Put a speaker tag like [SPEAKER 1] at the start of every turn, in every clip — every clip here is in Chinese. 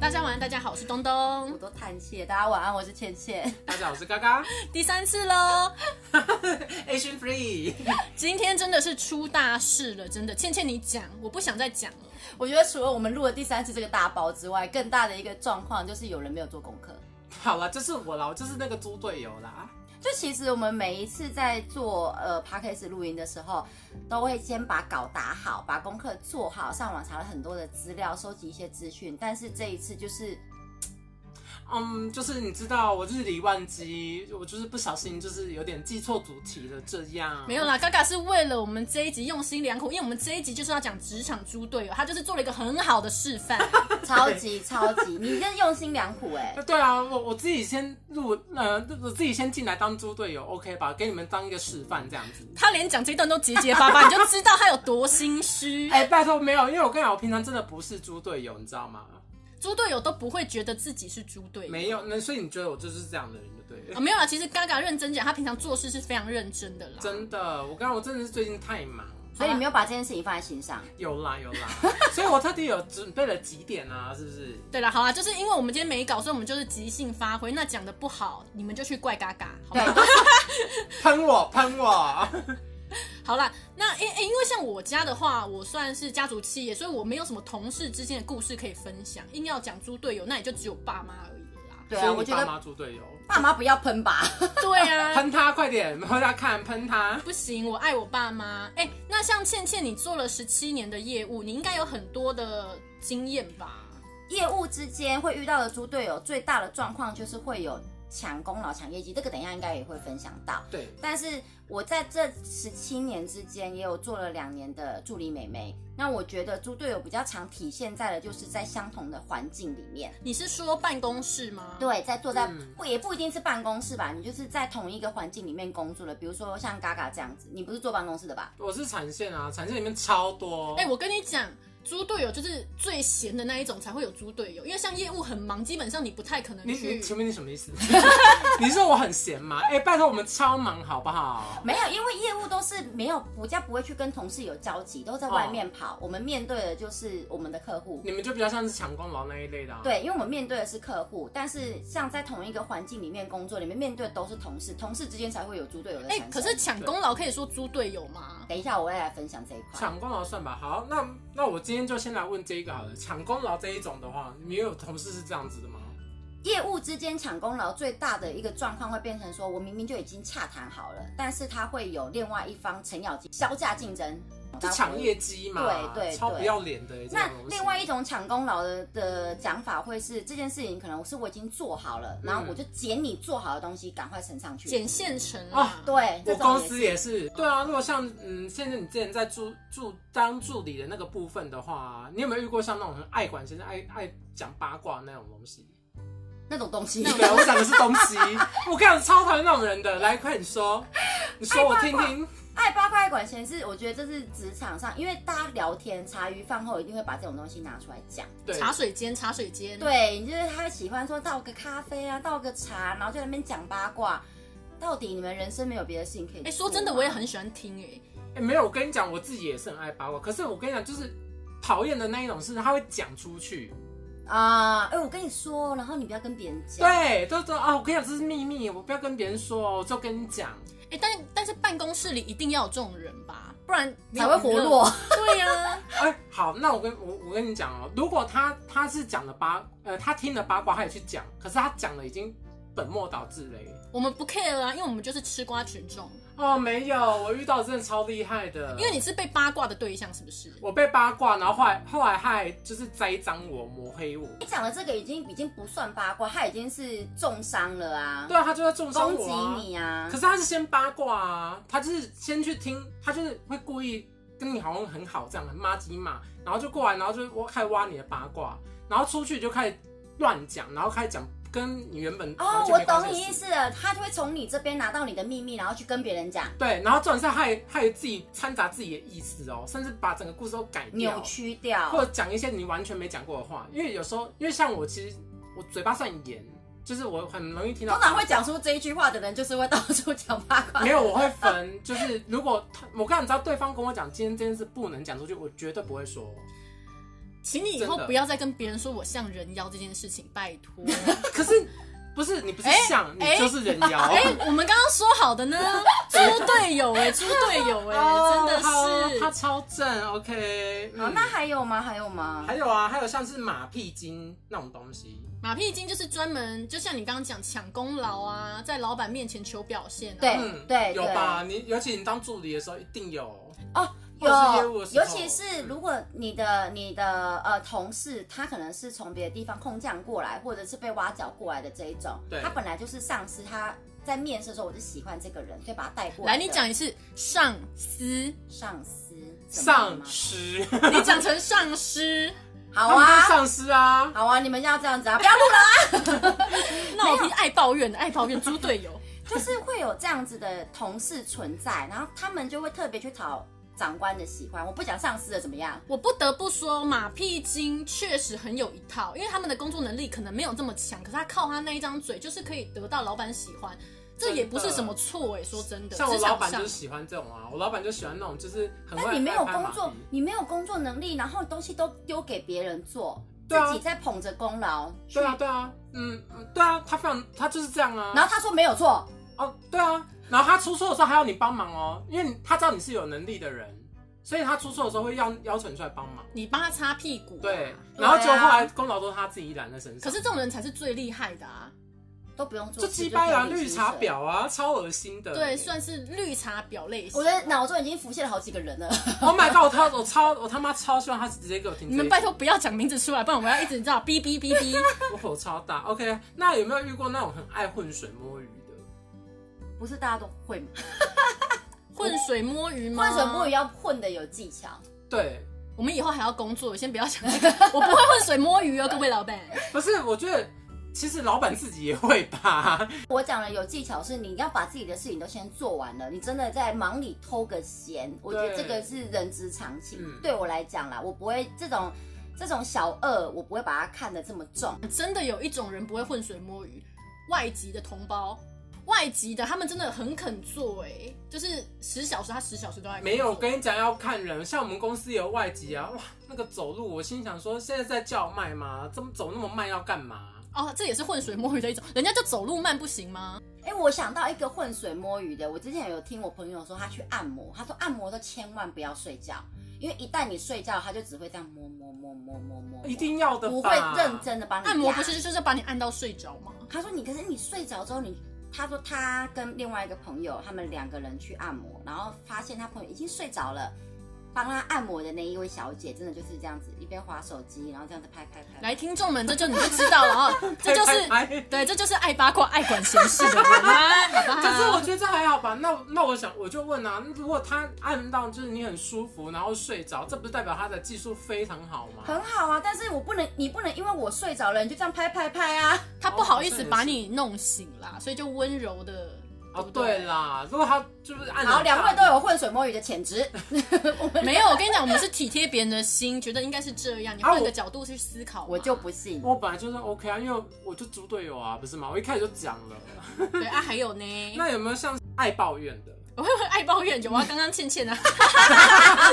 [SPEAKER 1] 大家晚安，大家好，我是东
[SPEAKER 2] 我
[SPEAKER 1] 东，
[SPEAKER 2] 都叹气了，大家晚安，我是倩倩。
[SPEAKER 3] 大家好，我是嘎嘎
[SPEAKER 1] 第三次喽。
[SPEAKER 3] ，Asian Free。
[SPEAKER 1] 今天真的是出大事了，真的，倩倩你讲，我不想再讲了。
[SPEAKER 2] 我觉得除了我们录了第三次这个大包之外，更大的一个状况就是有人没有做功课。
[SPEAKER 3] 好啦，就是我啦，我就是那个猪队友啦。
[SPEAKER 2] 就其实我们每一次在做呃 p a c k a g e 录音的时候，都会先把稿打好，把功课做好，上网查了很多的资料，收集一些资讯。但是这一次就是
[SPEAKER 3] 嗯，就是你知道我日理万机，我就是不小心就是有点记错主题了，这样。
[SPEAKER 1] 没有啦，嘎嘎是为了我们这一集用心良苦，因为我们这一集就是要讲职场猪队友，他就是做了一个很好的示 范。
[SPEAKER 2] 超级超级，你这用心良苦哎、
[SPEAKER 3] 呃。对啊，我我自己先入，呃，我自己先进来当猪队友，OK 吧？给你们当一个示范这样子。
[SPEAKER 1] 他连讲这一段都结结巴巴，你就知道他有多心虚。
[SPEAKER 3] 哎、拜托没有，因为我跟你讲，我平常真的不是猪队友，你知道吗？
[SPEAKER 1] 猪队友都不会觉得自己是猪队友。
[SPEAKER 3] 没有，那所以你觉得我就是这样的人，就对了。
[SPEAKER 1] 啊，没有啦，其实嘎嘎认真讲，他平常做事是非常认真的啦。
[SPEAKER 3] 真的，我刚刚我真的是最近太忙，
[SPEAKER 2] 所以你没有把这件事情放在心上。
[SPEAKER 3] 有啦有啦，所以我特地有准备了几点啊，是不是？
[SPEAKER 1] 对啦，好啦，就是因为我们今天没搞，所以我们就是即兴发挥。那讲的不好，你们就去怪嘎嘎，好
[SPEAKER 2] 对
[SPEAKER 1] 吧？，
[SPEAKER 3] 喷我喷我，
[SPEAKER 1] 好啦，那因、因因为像我家的话，我算是家族企业，所以我没有什么同事之间的故事可以分享。硬要讲猪队友，那也就只有爸妈而已了 啦。
[SPEAKER 2] 对
[SPEAKER 3] 所以
[SPEAKER 2] 啊，
[SPEAKER 3] 你
[SPEAKER 2] 我觉
[SPEAKER 3] 爸
[SPEAKER 2] 得
[SPEAKER 3] 妈猪队友，
[SPEAKER 2] 爸妈不要喷吧。
[SPEAKER 1] 对啊，
[SPEAKER 3] 喷他快点，让他看喷他。
[SPEAKER 1] 不行，我爱我爸妈。哎、那像倩倩，你做了十七年的业务，你应该有很多的经验吧？
[SPEAKER 2] 业务之间会遇到的猪队友，最大的状况就是会有抢功劳、抢业绩，这个等一下应该也会分享到。
[SPEAKER 3] 对，
[SPEAKER 2] 但是我在这十七年之间，也有做了两年的助理美眉。那我觉得猪队友比较常体现在的，就是在相同的环境里面，
[SPEAKER 1] 你是说办公室吗？
[SPEAKER 2] 对，在坐在、
[SPEAKER 3] 嗯
[SPEAKER 2] 不也不一定是办公室吧，你就是在同一个环境里面工作的，比如说像嘎嘎这样子，你不是坐办公室的吧？
[SPEAKER 3] 我是产线啊，产线里面超多。
[SPEAKER 1] 哎、我跟你讲，猪队友就是最闲的那一种才会有猪队友，因为像业务很忙，基本上你不太可能
[SPEAKER 3] 你你
[SPEAKER 1] 去。
[SPEAKER 3] 请问你什么意思？ 你说我很闲吗？哎、拜托我们超忙好不好？
[SPEAKER 2] 没有，因为业务都是没有比较不会去跟同事有交集，都在外面跑。我们面对的就是我们的客户，
[SPEAKER 3] 你们就比较像是抢功劳那一类的、啊。，
[SPEAKER 2] 对，因为我们面对的是客户，但是像在同一个环境里面工作，你们面对的都是同事，同事之间才会有猪队友的
[SPEAKER 1] 哎、
[SPEAKER 2] 产生。
[SPEAKER 1] 可是抢功劳可以说猪队友吗？
[SPEAKER 2] 等一下我会来分享这一块。
[SPEAKER 3] 抢功劳算吧。好，那那我今天就先来问这一个好了。抢功劳这一种的话，你有同事是这样子的吗？
[SPEAKER 2] 业务之间抢功劳最大的一个状况会变成说，我明明就已经洽谈好了，但是他会有另外一方程咬金、销价竞争，
[SPEAKER 3] 就抢业绩嘛，
[SPEAKER 2] 对对
[SPEAKER 3] 超不
[SPEAKER 2] 对
[SPEAKER 3] 要脸的、欸。这种
[SPEAKER 2] 那
[SPEAKER 3] 东西
[SPEAKER 2] 另外一种抢功劳的的讲法会是这件事情，可能是我已经做好了，然后我就捡你做好的东西，赶快呈上去。
[SPEAKER 1] 捡现成啊！
[SPEAKER 2] 对，
[SPEAKER 3] 我
[SPEAKER 2] 这种
[SPEAKER 3] 公
[SPEAKER 2] 也
[SPEAKER 3] 司
[SPEAKER 2] 是
[SPEAKER 3] 也是，对啊。如果像嗯，现在你之前在助助当助理的那个部分的话，啊你有没有遇过像那种很爱管闲事、爱爱讲八卦那种东西？
[SPEAKER 2] 那种东西。
[SPEAKER 3] 对，啊我讲的是东西。我跟你讲，超讨厌那种人的。来，快点说，你说我听听。
[SPEAKER 2] 爱八卦爱管闲事，我觉得这是职场上，因为大家聊天茶余饭后一定会把这种东西拿出来讲。
[SPEAKER 3] 对，
[SPEAKER 1] 茶水间，茶水间。，
[SPEAKER 2] 对，你就是他会喜欢说倒个咖啡啊，倒个茶，然后在那边讲八卦。到底你们人生没有别的事情可以做吗？
[SPEAKER 1] 哎、说真的，我也很喜欢听哎、
[SPEAKER 3] 欸没有，我跟你讲，我自己也是很爱八卦。可是我跟你讲，就是讨厌的那一种是，他会讲出去。
[SPEAKER 2] 啊，哎、我跟你说，然后你不要跟别人讲。
[SPEAKER 3] 对，都说啊，我跟你讲，这是秘密，我不要跟别人说哦，我就跟你讲。
[SPEAKER 1] 哎、但但是办公室里一定要有这种人吧，不然
[SPEAKER 2] 才会活络。
[SPEAKER 1] 对呀、
[SPEAKER 3] 哎、好，那我跟我我跟你讲哦，如果他他是讲了八，呃，他听了八卦，他也去讲，可是他讲的已经本末倒置了耶。
[SPEAKER 1] 我们不 care 啦，因为我们就是吃瓜群众。
[SPEAKER 3] 哦，没有，我遇到真的超厉害的，
[SPEAKER 1] 因为你是被八卦的对象，是不是？
[SPEAKER 3] 我被八卦，然后后来后来还就是栽赃我，抹黑我。
[SPEAKER 2] 你讲的这个已经已经不算八卦，他已经是重伤了啊，
[SPEAKER 3] 对啊，他就在重伤
[SPEAKER 2] 攻
[SPEAKER 3] 我、
[SPEAKER 2] 击
[SPEAKER 3] 啊。
[SPEAKER 2] 你啊
[SPEAKER 3] 可。是他是先八卦啊，他就是先去听，他就是会故意跟你好像很好这样，很骂鸡骂，然后就过来，然后就挖开始挖你的八卦，然后出去就开始乱讲，然后开始讲跟你原本
[SPEAKER 2] 哦
[SPEAKER 3] 完，全
[SPEAKER 2] 我
[SPEAKER 3] 没关
[SPEAKER 2] 懂
[SPEAKER 3] 系的
[SPEAKER 2] 你
[SPEAKER 3] 事
[SPEAKER 2] 意。思了，他就会从你这边拿到你的秘密，然后去跟别人讲，
[SPEAKER 3] 对，然后重点是他还他还自己掺杂自己的意思哦，甚至把整个故事都改掉，
[SPEAKER 2] 扭曲掉。
[SPEAKER 3] 或者讲一些你完全没讲过的话。因为有时候，因为像我其实我嘴巴算严，就是我很容易听到
[SPEAKER 2] 通常会讲出这一句话的人，就是会到处讲八 卦。
[SPEAKER 3] 没有，我会分，就是如果他，我刚才知道对方跟我讲今天这件事不能讲出去，我绝对不会说。
[SPEAKER 1] 请你以后
[SPEAKER 3] 真的
[SPEAKER 1] 不要再跟别人说我像人妖这件事情，拜托。
[SPEAKER 3] 可是不是你不是像，你就是人妖。
[SPEAKER 1] 哎、我们刚刚说好的呢，猪队友哎、猪队 友哎、
[SPEAKER 3] 哦
[SPEAKER 1] 真的是
[SPEAKER 3] 他超正，OK。
[SPEAKER 2] 好，
[SPEAKER 3] 嗯
[SPEAKER 2] 啊那还有吗？还有吗？
[SPEAKER 3] 还有啊，还有像是马屁精那种东西，
[SPEAKER 1] 马屁精就是专门，就像你刚刚讲抢功劳啊，在老板面前求表现、啊。
[SPEAKER 2] 对
[SPEAKER 3] 嗯，
[SPEAKER 2] 哎对
[SPEAKER 3] 有吧？你尤其你当助理的时候一定有，
[SPEAKER 2] 哦，
[SPEAKER 3] 或者是业务
[SPEAKER 2] 有
[SPEAKER 3] 的，时候
[SPEAKER 2] 尤其是如果你的你的呃同事，他可能是从别的地方空降过来，或者是被挖角过来的这一种
[SPEAKER 3] 对，
[SPEAKER 2] 他本来就是上司，他在面试的时候我就喜欢这个人，所以把他带过
[SPEAKER 1] 来，
[SPEAKER 2] 的
[SPEAKER 1] 你讲一次上司，
[SPEAKER 2] 上司怎么了
[SPEAKER 3] 丧
[SPEAKER 2] 吗
[SPEAKER 3] 尸，
[SPEAKER 1] 你讲成上 司，
[SPEAKER 2] 好
[SPEAKER 3] 他们就是
[SPEAKER 2] 啊
[SPEAKER 3] 丧尸啊。
[SPEAKER 2] 好啊，你们要这样子啊，不要录了，
[SPEAKER 1] 那我听爱抱怨的，爱抱怨猪队友。
[SPEAKER 2] 就是会有这样子的同事存在，然后他们就会特别去讨长官的喜欢。我不讲上司的怎么样，
[SPEAKER 1] 我不得不说，马屁精确实很有一套，因为他们的工作能力可能没有这么强，可是他靠他那一张嘴，就是可以得到老板喜欢，这也不是什么错哎、说真的，
[SPEAKER 3] 像我
[SPEAKER 1] 职
[SPEAKER 3] 老
[SPEAKER 1] 场
[SPEAKER 3] 板
[SPEAKER 1] 上
[SPEAKER 3] 就是喜欢这种啊，我老板就喜欢那种就是很
[SPEAKER 2] 但
[SPEAKER 3] 会
[SPEAKER 2] 你没有
[SPEAKER 3] 爱拍马
[SPEAKER 2] 工作
[SPEAKER 3] 屁，
[SPEAKER 2] 你没有工作能力，然后东西都丢给别人做，
[SPEAKER 3] 对啊
[SPEAKER 2] 自己在捧着功劳。
[SPEAKER 3] 对啊，对啊，嗯，嗯对啊，他非常，他就是这样啊。
[SPEAKER 2] 然后他说没有错，
[SPEAKER 3] 哦，对啊，然后他出错的时候还要你帮忙哦，因为你他知道你是有能力的人，所以他出错的时候会要邀请你出来帮忙。
[SPEAKER 1] 你帮他擦屁股、啊
[SPEAKER 3] 对，然后结果后来功劳都是他自己揽在身
[SPEAKER 1] 可
[SPEAKER 3] 上，
[SPEAKER 1] 是这种人才是最厉害的啊！
[SPEAKER 2] 都不用做
[SPEAKER 3] 这
[SPEAKER 2] 事，
[SPEAKER 3] 鸡巴啊，
[SPEAKER 2] 就可以
[SPEAKER 3] 绿
[SPEAKER 2] 提
[SPEAKER 3] 茶
[SPEAKER 2] 升。
[SPEAKER 3] 婊啊，超恶心的。
[SPEAKER 1] 对，算是绿茶婊类型。
[SPEAKER 2] 我的脑中已经浮现了好几个人了，
[SPEAKER 3] Oh my god！我超我超我他妈超希望他直接给我停。
[SPEAKER 1] 你们拜，托不要讲名字出来，不然我要一直你知道哔哔哔 哔。
[SPEAKER 3] 我火超大。OK，那有没有遇过那种很爱浑水摸鱼的？
[SPEAKER 2] 不是大家都会吗？
[SPEAKER 1] 浑水摸鱼吗？
[SPEAKER 2] 混水摸鱼，要混的有技巧，
[SPEAKER 3] 对，
[SPEAKER 1] 我们以后还要工作，先不要想这个。我不会浑水摸鱼哦，各位老板。
[SPEAKER 3] 不是，我觉得其实老板自己也会吧。
[SPEAKER 2] 我讲的有技巧是你要把自己的事情都先做完了，你真的在忙里偷个闲，我觉得
[SPEAKER 3] 对
[SPEAKER 2] 这个是人之常情。
[SPEAKER 3] 嗯
[SPEAKER 2] 对我来讲啦，我不会这种这种小恶，我不会把它看得这么重。
[SPEAKER 1] 真的有一种人不会浑水摸鱼，外籍的同胞，外籍的他们真的很肯做、哎，就是十小时他十小时都在工作
[SPEAKER 3] 没有，我跟你讲要看人，像我们公司有外籍啊，哇，那个走路，我心想说现在在叫卖吗？怎么走那么慢要干嘛？
[SPEAKER 1] 哦，这也是浑水摸鱼的一种，人家就走路慢不行吗？
[SPEAKER 2] 哎、我想到一个浑水摸鱼的，我之前有听我朋友说，他去按摩，他说按摩都千万不要睡觉，因为一旦你睡觉，他就只会这样摸摸摸摸摸摸，
[SPEAKER 3] 一定要的吧，
[SPEAKER 2] 不会认。 真的帮你
[SPEAKER 3] 哎
[SPEAKER 1] 按摩
[SPEAKER 2] 压
[SPEAKER 1] 不是就是把你按到睡着吗？
[SPEAKER 2] 他说你，可是你睡着之后你。他说他跟另外一个朋友，他们两个人去按摩，然后发现他朋友已经睡着了，帮他按摩的那一位小姐，真的就是这样子，一边划手机，然后这样子拍拍拍。
[SPEAKER 1] 来，听众们，这就你就知道了 哦，这就是
[SPEAKER 3] 拍拍
[SPEAKER 1] 对，这就是爱八卦、爱管闲事的人啊，好不好？
[SPEAKER 3] 可是我觉得这还好吧，那那我想我就问啊，如果他按到就是你很舒服，然后睡着，这不是代表他的技术非常好吗？
[SPEAKER 2] 很好啊，但是我不能，你不能因为我睡着了，你就这样拍拍拍啊。
[SPEAKER 1] 他不好意思把你弄醒啦，所以就温柔的。
[SPEAKER 3] 哦，
[SPEAKER 1] 不
[SPEAKER 3] 对啦，如果他就是按
[SPEAKER 2] 好，
[SPEAKER 3] 到
[SPEAKER 2] 两位都有浑水摸鱼的潜质。
[SPEAKER 1] 没有，我跟你讲，我们是体贴别人的心，觉得应该是这样。你
[SPEAKER 3] 啊
[SPEAKER 1] 换个
[SPEAKER 3] 我
[SPEAKER 1] 角度去思考嘛，
[SPEAKER 2] 啊我就不 信。
[SPEAKER 3] 我本来就是 OK 啊，因为我就猪队友啊，不是吗？我一开始就讲了。
[SPEAKER 1] 对啊。还有呢，
[SPEAKER 3] 那有没有像爱抱怨的？
[SPEAKER 1] 我会不会爱抱怨？有啊，刚刚倩 倩啊，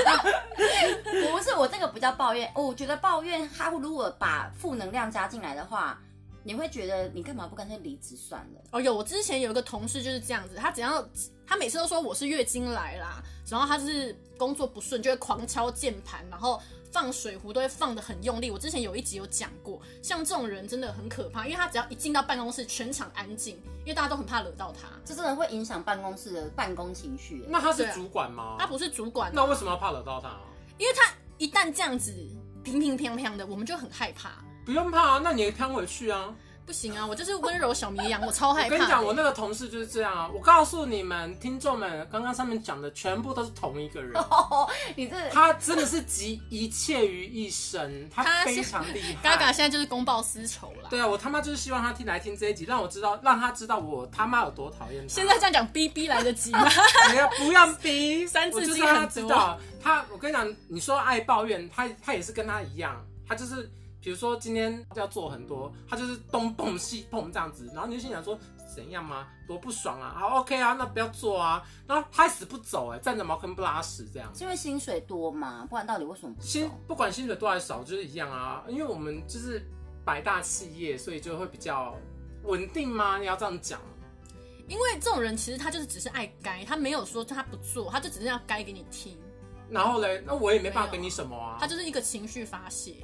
[SPEAKER 2] 不是我这个不叫抱怨，哦我觉得抱怨他如果把负能量加进来的话，你会觉得你干嘛不干脆离职算了？
[SPEAKER 1] 哦，有，我之前有一个同事就是这样子，他只要他每次都说我是月经来啦，然后他就是工作不顺就会狂敲键盘，然后放水壶都会放的很用力。我之前有一集有讲过，像这种人真的很可怕，因为他只要一进到办公室，全场安静，因为大家都很怕惹到他。
[SPEAKER 2] 这真的会影响办公室的办公情绪耶。
[SPEAKER 3] 那他是
[SPEAKER 1] 对啊
[SPEAKER 3] 主管吗？
[SPEAKER 1] 他不是主管啊、
[SPEAKER 3] 那为什么要怕惹到他？啊
[SPEAKER 1] 因为他一旦这样子平平平平的，我们就很害怕。
[SPEAKER 3] 不用怕啊，那你也飘回去啊！
[SPEAKER 1] 不行啊，我就是温柔小绵羊，我超害怕。欸
[SPEAKER 3] 我跟你讲，我那个同事就是这样啊。我告诉你们，听众们，刚刚上面讲的全部都是同一 个人，
[SPEAKER 2] 你这
[SPEAKER 3] 他真的是集一切于一身，
[SPEAKER 1] 他
[SPEAKER 3] 他
[SPEAKER 1] 是
[SPEAKER 3] 非常厉害。
[SPEAKER 1] 嘎嘎现在就是公报私仇啦。
[SPEAKER 3] 对啊，我他妈就是希望他听来听这一集，让我知道，让他知道我他妈有多讨厌他。
[SPEAKER 1] 现在这样讲逼逼来得及吗？
[SPEAKER 3] 不要不要逼，
[SPEAKER 1] 三字
[SPEAKER 3] 我就是
[SPEAKER 1] 经
[SPEAKER 3] 让他
[SPEAKER 1] 很
[SPEAKER 3] 知
[SPEAKER 1] 多
[SPEAKER 3] 道。他，我跟你讲，你说爱抱怨，他他也是跟他一样，他就是比如说今天要做很多，他就是东碰西碰这样子，然后你就心想说，怎样吗？多不爽啊！好 OK 啊，那不要做啊。然后他死不走、哎，站着茅坑不拉屎这样。
[SPEAKER 2] 是因为薪水多嘛？不然到底为什么不
[SPEAKER 3] 薪
[SPEAKER 2] 走？
[SPEAKER 3] 不管薪水多还是少，就是一样啊。因为我们就是百大企业，所以就会比较稳定吗？你要这样讲，
[SPEAKER 1] 因为这种人其实他就是只是爱该，他没有说他不做，他就只是要该给你听，
[SPEAKER 3] 然后嘞，那我也没办法
[SPEAKER 1] 没有
[SPEAKER 3] 给你什么啊。
[SPEAKER 1] 他就是一个情绪发泄。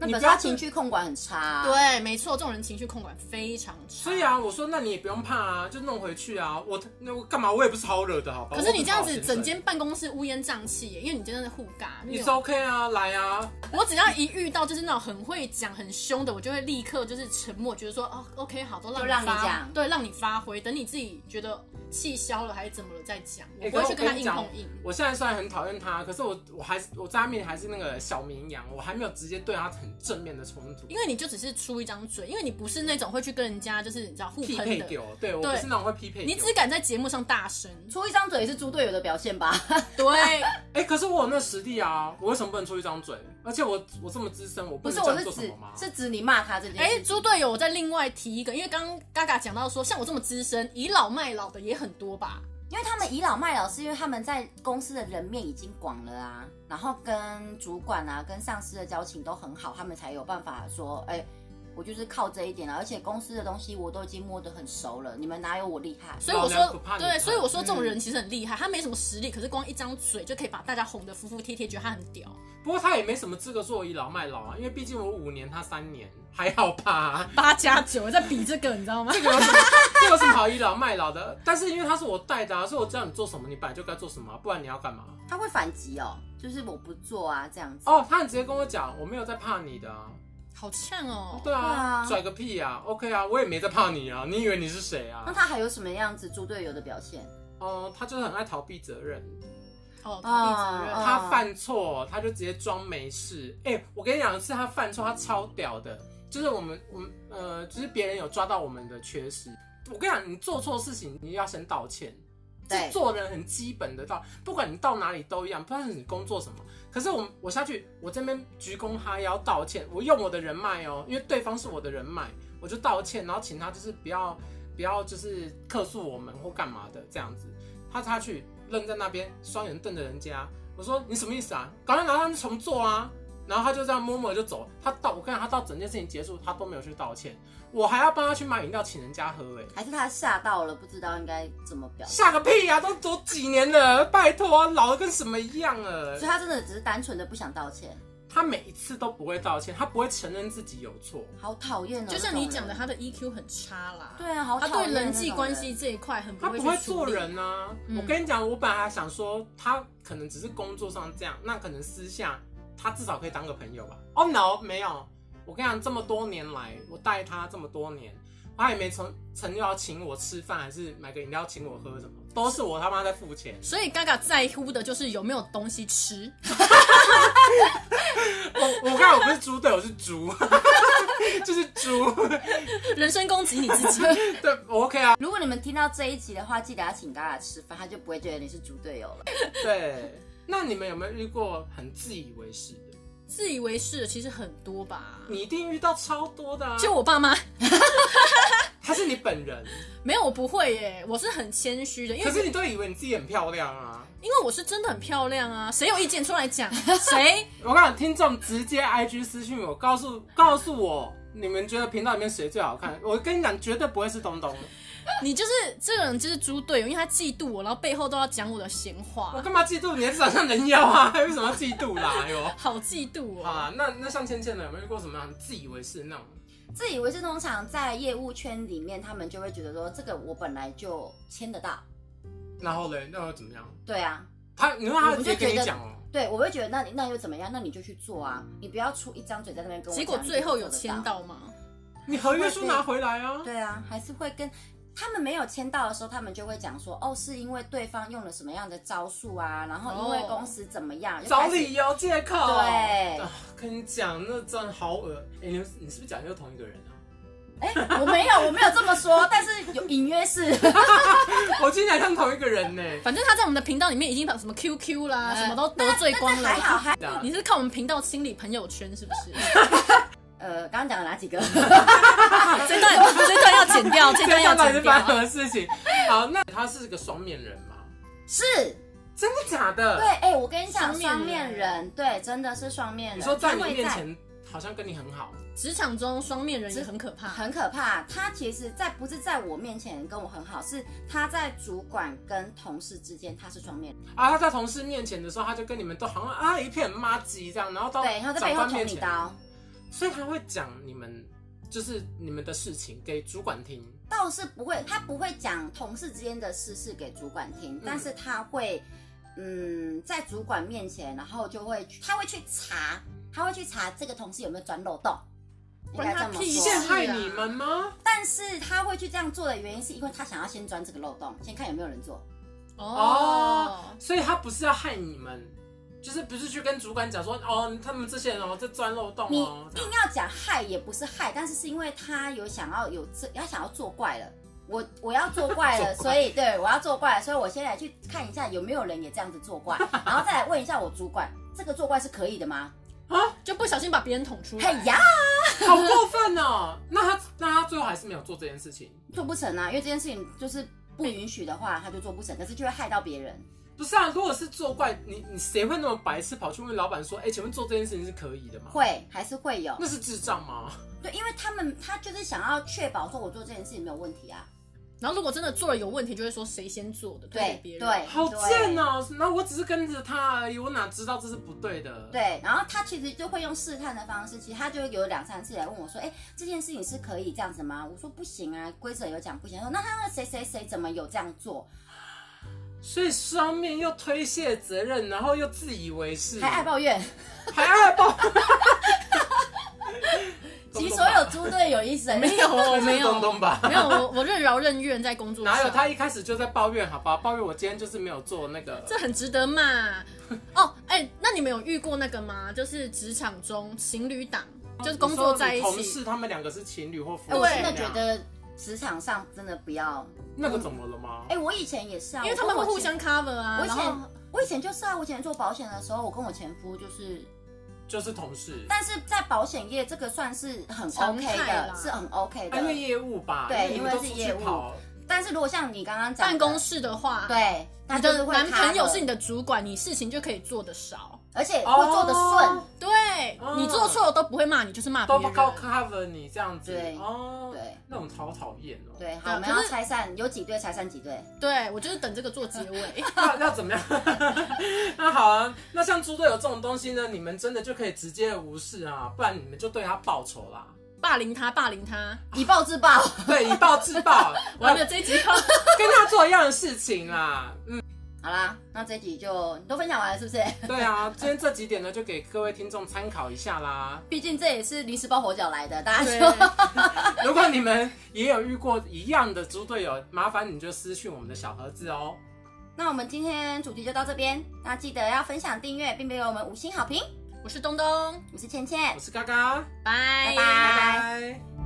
[SPEAKER 2] 那
[SPEAKER 3] 你
[SPEAKER 2] 表
[SPEAKER 3] 不
[SPEAKER 2] 示
[SPEAKER 3] 要
[SPEAKER 2] 他
[SPEAKER 3] 去
[SPEAKER 2] 情绪控管很差、啊。
[SPEAKER 1] 对，没错，这种人情绪控管非常差。
[SPEAKER 3] 所以，啊，我说那你也不用怕啊，就弄回去啊。我那我干嘛？我也不是好惹的，好吧？
[SPEAKER 1] 可是你
[SPEAKER 3] 我
[SPEAKER 1] 这样
[SPEAKER 3] 很
[SPEAKER 1] 子，
[SPEAKER 3] 好先生
[SPEAKER 1] 整间办公室乌烟瘴气耶，因为你真的是互尬。
[SPEAKER 3] 你
[SPEAKER 1] 那
[SPEAKER 3] 是
[SPEAKER 1] 种
[SPEAKER 3] OK 啊，来啊，
[SPEAKER 1] 我只要一遇到就是那种很会讲、很凶的，我就会立刻就是沉默，觉得说哦，OK，好，都让
[SPEAKER 2] 就让你
[SPEAKER 1] 发
[SPEAKER 2] 讲
[SPEAKER 1] 对，让你发挥，等你自己觉得气消了还是怎么了再讲，我
[SPEAKER 3] 欸
[SPEAKER 1] 不会去
[SPEAKER 3] 可是我
[SPEAKER 1] 跟他
[SPEAKER 3] 跟你
[SPEAKER 1] 硬
[SPEAKER 3] 讲
[SPEAKER 1] 碰硬。
[SPEAKER 3] 我现在虽然很讨厌他，可是我我还是我在他面前还是那个小绵羊，我还没有直接对他很正面的冲突。
[SPEAKER 1] 因为你就只是出一张嘴，因为你不是那种会去跟人家就是你知道互
[SPEAKER 3] 匹
[SPEAKER 1] 喷
[SPEAKER 3] 配
[SPEAKER 1] 的，
[SPEAKER 3] 丢，对我不是那种会匹配
[SPEAKER 1] 你
[SPEAKER 3] 丢。
[SPEAKER 1] 只敢在节目上大声。
[SPEAKER 2] 出一张嘴也是猪队友的表现吧？
[SPEAKER 1] 对，
[SPEAKER 3] 哎、可是我有那实力啊，我为什么不能出一张嘴？而且我我这么资深，我
[SPEAKER 2] 不
[SPEAKER 3] 不
[SPEAKER 2] 是，
[SPEAKER 3] 能
[SPEAKER 2] 我
[SPEAKER 3] 这
[SPEAKER 2] 是
[SPEAKER 3] 样做什
[SPEAKER 2] 指
[SPEAKER 3] 么吗？
[SPEAKER 2] 是指你骂他这件事。
[SPEAKER 1] 哎、猪队友，我再另外提一个，因为刚刚嘎嘎讲到说，像我这么资深，倚老卖老的也很多吧？
[SPEAKER 2] 因为他们倚老卖老，是因为他们在公司的人面已经广了啊，然后跟主管啊、跟上司的交情都很好，他们才有办法说，哎、我就是靠这一点了、啊而且公司的东西我都已经摸得很熟了，你们哪有我厉害？
[SPEAKER 1] 所以我
[SPEAKER 3] 老娘不
[SPEAKER 1] 说
[SPEAKER 3] 怕，你嗯
[SPEAKER 1] 对，
[SPEAKER 3] 怕
[SPEAKER 1] 所以我说这种人其实很厉害，他没什么实力，可是光一张嘴就可以把大家哄得服服帖帖，觉得他很屌。
[SPEAKER 3] 不过他也没什么资格说我倚老卖老啊，因为毕竟我五年，他三年，还啊好吧？
[SPEAKER 1] 八加九在比这个，你知道吗？
[SPEAKER 3] 这个有什么这有什么好倚老卖老的？但是因为他是我带的、啊，所以我知道你做什么，你本来就该做什么啊、不然你要干嘛？
[SPEAKER 2] 他会反击哦，就是我不做啊这样子。
[SPEAKER 3] 哦，他很直接跟我讲，我没有在怕你的啊。
[SPEAKER 1] 好呛 哦！
[SPEAKER 3] 对
[SPEAKER 2] 对
[SPEAKER 3] 啊
[SPEAKER 2] 啊，
[SPEAKER 3] 拽个屁啊！OK 啊，我也没在怕你啊，你以为你是谁啊
[SPEAKER 2] 那？他还有什么样子猪队友的表现？
[SPEAKER 3] 哦，他就是很爱逃避责任，
[SPEAKER 1] 哦，逃避责任
[SPEAKER 2] 啊
[SPEAKER 1] 他
[SPEAKER 3] 他犯错他就直接装没事。哎、我跟你讲，是他犯错，他超屌的，就是我们我们呃，就是别人有抓到我们的缺失。我跟你讲，你做错事情，你要先道歉。这
[SPEAKER 2] 对
[SPEAKER 3] 做人很基本的道，不管你到哪里都一样，不管是你工作什么。可是我我下去，我这边鞠躬哈腰道歉，我用我的人脉哦，因为对方是我的人脉，我就道歉，然后请他就是不要不要就是客诉我们或干嘛的这样子。他他去愣在那边，双眼瞪着人家。我说你什么意思啊？赶快拿他们重做啊！然后他就这样摸摸就走。他到我跟你讲他到整件事情结束，他都没有去道歉，我还要帮他去买饮料请人家喝、欸，
[SPEAKER 2] 还是他吓到了，不知道应该怎么表现？
[SPEAKER 3] 吓个屁呀、都都几年了，拜托、啊老的跟什么一样了
[SPEAKER 2] 所以。他真的只是单纯的不想道歉，
[SPEAKER 3] 他每一次都不会道歉，他不会承认自己有错。
[SPEAKER 2] 好讨厌哦。
[SPEAKER 1] 就像你讲的，
[SPEAKER 2] 那种
[SPEAKER 1] 他的 EQ 很差啦。
[SPEAKER 2] 人，对啊，好
[SPEAKER 1] 他
[SPEAKER 2] 讨厌
[SPEAKER 1] 对人
[SPEAKER 2] 那种
[SPEAKER 1] 际关系这一块很
[SPEAKER 3] 他
[SPEAKER 1] 会
[SPEAKER 3] 不
[SPEAKER 1] 去
[SPEAKER 3] 会
[SPEAKER 1] 处
[SPEAKER 3] 做
[SPEAKER 1] 理。
[SPEAKER 3] 人啊！
[SPEAKER 1] 嗯
[SPEAKER 3] 我跟你讲，我本来还想说，他可能只是工作上这样，那可能私下他至少可以当个朋友吧。哦、no，没有。我跟你讲，这么多年来，我带他这么多年，他也没曾曾要请我吃饭，还是买个饮料请我喝什么，都是我他妈在付钱。
[SPEAKER 1] 所以嘎嘎在乎的就是有没有东西吃，
[SPEAKER 3] 我我看我不是猪队友，我是猪， 就是猪。
[SPEAKER 1] 人身攻击你自 己。
[SPEAKER 3] 对，我 OK 啊。
[SPEAKER 2] 如果你们听到这一集的话，记得要请嘎嘎吃饭，他就不会觉得你是猪队友了。
[SPEAKER 3] 对，那你们有没有遇过很自以为是的？
[SPEAKER 1] 自以为是的其实很多吧。
[SPEAKER 3] 你一定遇到超多的、啊，
[SPEAKER 1] 就我爸妈
[SPEAKER 3] 还是你本人？
[SPEAKER 1] 没有，我不会耶，我是很谦虚的，因
[SPEAKER 3] 可
[SPEAKER 1] 为
[SPEAKER 3] 是你都以为你自己很漂亮啊！
[SPEAKER 1] 因为我是真的很漂亮啊，谁有意见出来讲？谁？
[SPEAKER 3] 我跟你讲，听众直接 IG 私信我，告诉告诉我，你们觉得频道里面谁最好看？我跟你讲，绝对不会是东东。
[SPEAKER 1] 你就是这个人就是猪队友，因为他嫉妒我，然后背后都要讲我的闲
[SPEAKER 3] 我
[SPEAKER 1] 话，
[SPEAKER 3] 干嘛嫉妒你在长上人妖啊？ 还有什么要嫉妒啦？哎呦，
[SPEAKER 1] 好嫉妒
[SPEAKER 3] 好
[SPEAKER 1] 啊！
[SPEAKER 3] 啦，那那像芊芊呢，有没有遇过什么很自以为是那种？
[SPEAKER 2] 自以为是通常在业务圈里面，他们就会觉得说，这个我本来就签得到。
[SPEAKER 3] 然后嘞，那又怎么样？
[SPEAKER 2] 对啊，
[SPEAKER 3] 他，你说他
[SPEAKER 2] 我
[SPEAKER 3] 直
[SPEAKER 2] 就
[SPEAKER 3] 接跟
[SPEAKER 2] 觉
[SPEAKER 3] 你
[SPEAKER 2] 得
[SPEAKER 3] 讲哦、
[SPEAKER 2] 对我会觉得那你那又怎么样？那你就去做啊，你不要出一张嘴在那边跟我
[SPEAKER 1] 结
[SPEAKER 2] 讲。
[SPEAKER 1] 果最后有
[SPEAKER 2] 你就做
[SPEAKER 1] 签
[SPEAKER 2] 得。
[SPEAKER 1] 到吗？
[SPEAKER 3] 你合约书拿回来啊！
[SPEAKER 2] 对啊，还是会跟他们没有签到的时候，他们就会讲说，哦，是因为对方用了什么样的招数啊，然后因为
[SPEAKER 1] 哦
[SPEAKER 2] 公司怎么样，就
[SPEAKER 3] 找
[SPEAKER 2] 开始
[SPEAKER 3] 理由借口。
[SPEAKER 2] 对
[SPEAKER 3] 啊，跟你讲，那真的好恶。哎、你们是你是不是讲的又同一个人啊？
[SPEAKER 2] 哎、我没有，我没有这么说，但是有隐约是。
[SPEAKER 3] 我今天讲同一个人呢、
[SPEAKER 1] 反正他在我们的频道里面已经把什么 QQ 啦，
[SPEAKER 2] 哎
[SPEAKER 1] 什么都得罪光
[SPEAKER 2] 还好
[SPEAKER 3] 啊
[SPEAKER 1] 了。
[SPEAKER 2] 还
[SPEAKER 1] 你是看我们频道清理朋友圈是不是？
[SPEAKER 2] 呃，刚刚讲了哪几 个？啊
[SPEAKER 1] 这段这段要剪掉，这段要
[SPEAKER 3] 到底是
[SPEAKER 1] 剪
[SPEAKER 3] 发生 什
[SPEAKER 1] 掉。
[SPEAKER 3] 么事情？ 好，那他是个双面人吗？
[SPEAKER 2] 是
[SPEAKER 3] 真的假的？
[SPEAKER 2] 对，哎、我跟你
[SPEAKER 1] 双
[SPEAKER 2] 讲，
[SPEAKER 1] 面人
[SPEAKER 2] 双面人，对，真的是双面人。
[SPEAKER 3] 你说在
[SPEAKER 2] 他
[SPEAKER 3] 你
[SPEAKER 2] 会
[SPEAKER 3] 面前好像跟你很好，
[SPEAKER 1] 职场中双面人也很可
[SPEAKER 3] 啊
[SPEAKER 1] 怕，
[SPEAKER 2] 很可怕。他其实在不是在我面前跟我很好，是他在主管跟同事之间，他是双面人。
[SPEAKER 3] 啊，他在同事面前的时候，他就跟你们都好像啊一片妈鸡这样，然后到
[SPEAKER 2] 对，然后在
[SPEAKER 3] 长
[SPEAKER 2] 背后
[SPEAKER 3] 官
[SPEAKER 2] 捅
[SPEAKER 3] 面
[SPEAKER 2] 你
[SPEAKER 3] 前，
[SPEAKER 2] 刀。
[SPEAKER 3] 所以他会讲你们就是你们的事情给主管听，
[SPEAKER 2] 倒是不会，他不会讲同事之间的私事给主管听，
[SPEAKER 3] 嗯
[SPEAKER 2] 但是他会，嗯，在主管面前，然后就会去，他会去查，他会去查这个同事有没有钻漏洞，应该
[SPEAKER 1] 关他
[SPEAKER 2] 这么
[SPEAKER 1] 屁
[SPEAKER 2] 说
[SPEAKER 1] 事
[SPEAKER 3] 陷。害你们吗？
[SPEAKER 2] 但是他会去这样做的原因，是因为他想要先钻这个漏洞，先看有没有人做。
[SPEAKER 1] 哦，
[SPEAKER 3] 所以他不是要害你们，就是不是去跟主管讲说哦，他们这些人哦在钻漏洞
[SPEAKER 2] 你
[SPEAKER 3] 哦，这
[SPEAKER 2] 硬
[SPEAKER 3] 样
[SPEAKER 2] 要讲害也不是害，但是是因为他有想要有这，他想要作怪了。我 我要作怪了，
[SPEAKER 3] 作怪
[SPEAKER 2] 所以对我要作怪，所以我先来去看一下有没有人也这样子作怪，然后再来问一下我主管，这个作怪是可以的吗？
[SPEAKER 1] 就不小心把别人捅出
[SPEAKER 2] 嘿
[SPEAKER 1] 来。
[SPEAKER 2] 呀，
[SPEAKER 3] 好过分哦。那他那他最后还是没有做这件事情。
[SPEAKER 2] 做不成啊，因为这件事情就是不允许的话，他就做不成，可是就会害到别人。
[SPEAKER 3] 不是啊，如果是作怪，你你谁会那么白痴跑去问老板说，哎、请问做这件事情是可以的吗？
[SPEAKER 2] 会还是会有，
[SPEAKER 3] 那是智障吗？
[SPEAKER 2] 对，因为他们他就是想要确保说我做这件事情没有问题啊，
[SPEAKER 1] 然后如果真的做了有问题，就会说谁先做的，推给
[SPEAKER 2] 对
[SPEAKER 1] 别
[SPEAKER 2] 对，
[SPEAKER 1] 人。
[SPEAKER 3] 好
[SPEAKER 2] 对
[SPEAKER 3] 贱哦、那我只是跟着他而已，我哪知道这是不对的？，
[SPEAKER 2] 对，然后他其实就会用试探的方式，其实他就有两三次来问我说：“哎，这件事情是可以这样子吗？”我说：“不行啊，规则有讲不行。”他说：“那他那谁谁谁怎么有这样做？
[SPEAKER 3] 所以双面又推卸责任，然后又自以为是，
[SPEAKER 2] 还爱抱怨。
[SPEAKER 3] 还爱 抱，
[SPEAKER 2] 其实所 有猪队友医生
[SPEAKER 1] 没有，我
[SPEAKER 3] 没
[SPEAKER 1] 没
[SPEAKER 3] 有东
[SPEAKER 1] 有，
[SPEAKER 3] 东吧？
[SPEAKER 1] 没有，我 我任劳任怨在工作上。
[SPEAKER 2] 啊
[SPEAKER 3] 哪有他一开始就在抱怨，好吧？抱怨我今天就是没有做那个，
[SPEAKER 1] 这很值得骂哦。哎、那你们有遇过那个吗？就是职场中情侣档，就是工作在一
[SPEAKER 3] 哦你说你同
[SPEAKER 1] 起，
[SPEAKER 3] 事他们两个是情侣或夫妻，
[SPEAKER 2] 哎我真的
[SPEAKER 3] 这
[SPEAKER 1] 啊
[SPEAKER 2] 觉
[SPEAKER 3] 样
[SPEAKER 2] 得职场上真的不要。
[SPEAKER 3] 那个怎么了吗？
[SPEAKER 2] 哎，我以前也是啊，
[SPEAKER 1] 因为他
[SPEAKER 2] 我
[SPEAKER 1] 们
[SPEAKER 2] 跟
[SPEAKER 1] 会
[SPEAKER 2] 我
[SPEAKER 1] 互
[SPEAKER 2] 前。
[SPEAKER 1] 相 cover 啊。
[SPEAKER 2] 我以
[SPEAKER 1] 然后
[SPEAKER 2] 前我以前就是啊，我以前做保险的时候，我跟我前夫就是，
[SPEAKER 3] 就是同事，
[SPEAKER 2] 但是在保险业这个算是很
[SPEAKER 1] 常
[SPEAKER 2] OK
[SPEAKER 1] 态
[SPEAKER 2] 的
[SPEAKER 1] 啦，
[SPEAKER 2] 是很 OK
[SPEAKER 3] 啊因为
[SPEAKER 2] 的。
[SPEAKER 3] 业务吧，
[SPEAKER 2] 对
[SPEAKER 3] 你们都出
[SPEAKER 2] 因为是
[SPEAKER 3] 去
[SPEAKER 2] 业务
[SPEAKER 3] 跑，
[SPEAKER 2] 但是如果像你刚刚讲
[SPEAKER 1] 办
[SPEAKER 2] 的
[SPEAKER 1] 公室的话，，
[SPEAKER 2] 对，他
[SPEAKER 1] 你
[SPEAKER 2] 就是
[SPEAKER 1] 的
[SPEAKER 2] 会
[SPEAKER 1] 男朋友
[SPEAKER 2] cover
[SPEAKER 1] 是你的主管，你事情就可以做得少。
[SPEAKER 2] 而且会做的顺
[SPEAKER 3] 哦，
[SPEAKER 1] 对、
[SPEAKER 3] 哦
[SPEAKER 1] 你做错了都不会骂你，就是骂别
[SPEAKER 3] 都
[SPEAKER 1] 人
[SPEAKER 3] 不。靠 cover 你这样子，
[SPEAKER 2] 对
[SPEAKER 3] 哦，
[SPEAKER 2] 对，
[SPEAKER 3] 那种好讨厌哦。
[SPEAKER 2] 对，
[SPEAKER 1] 对啊
[SPEAKER 2] 好，我们
[SPEAKER 1] 可
[SPEAKER 2] 要
[SPEAKER 1] 是
[SPEAKER 2] 拆散，有几对拆散几对。
[SPEAKER 1] 对我就是等这个做结尾。
[SPEAKER 3] 那那怎么样？ 那好啊，那像猪队友这种东西呢，你们真的就可以直接无视啊，不然你们就对他报仇啦，
[SPEAKER 1] 霸凌他，霸凌他！哦
[SPEAKER 2] 以暴制暴，
[SPEAKER 3] 对，以暴制暴，
[SPEAKER 1] 我还没有这一 集要
[SPEAKER 3] 跟他做一样的事情啦。嗯，
[SPEAKER 2] 好啦，那这集就你都分享完了是不 是？
[SPEAKER 3] 对啊，今天这几点呢，就给各位听众参考一下啦。
[SPEAKER 2] 毕竟这也是临时抱佛脚来的，大家
[SPEAKER 1] 对
[SPEAKER 2] 就
[SPEAKER 3] 如果你们也有遇过一样的猪队友，麻烦你就私讯我们的小盒子哦。
[SPEAKER 2] 那我们今天主题就到这边，那记得要分享、订阅，并给我们五星好评。
[SPEAKER 1] 我是东东，
[SPEAKER 2] 我是倩倩
[SPEAKER 3] 我，是嘎嘎，
[SPEAKER 1] 拜
[SPEAKER 2] 拜拜
[SPEAKER 3] 拜拜。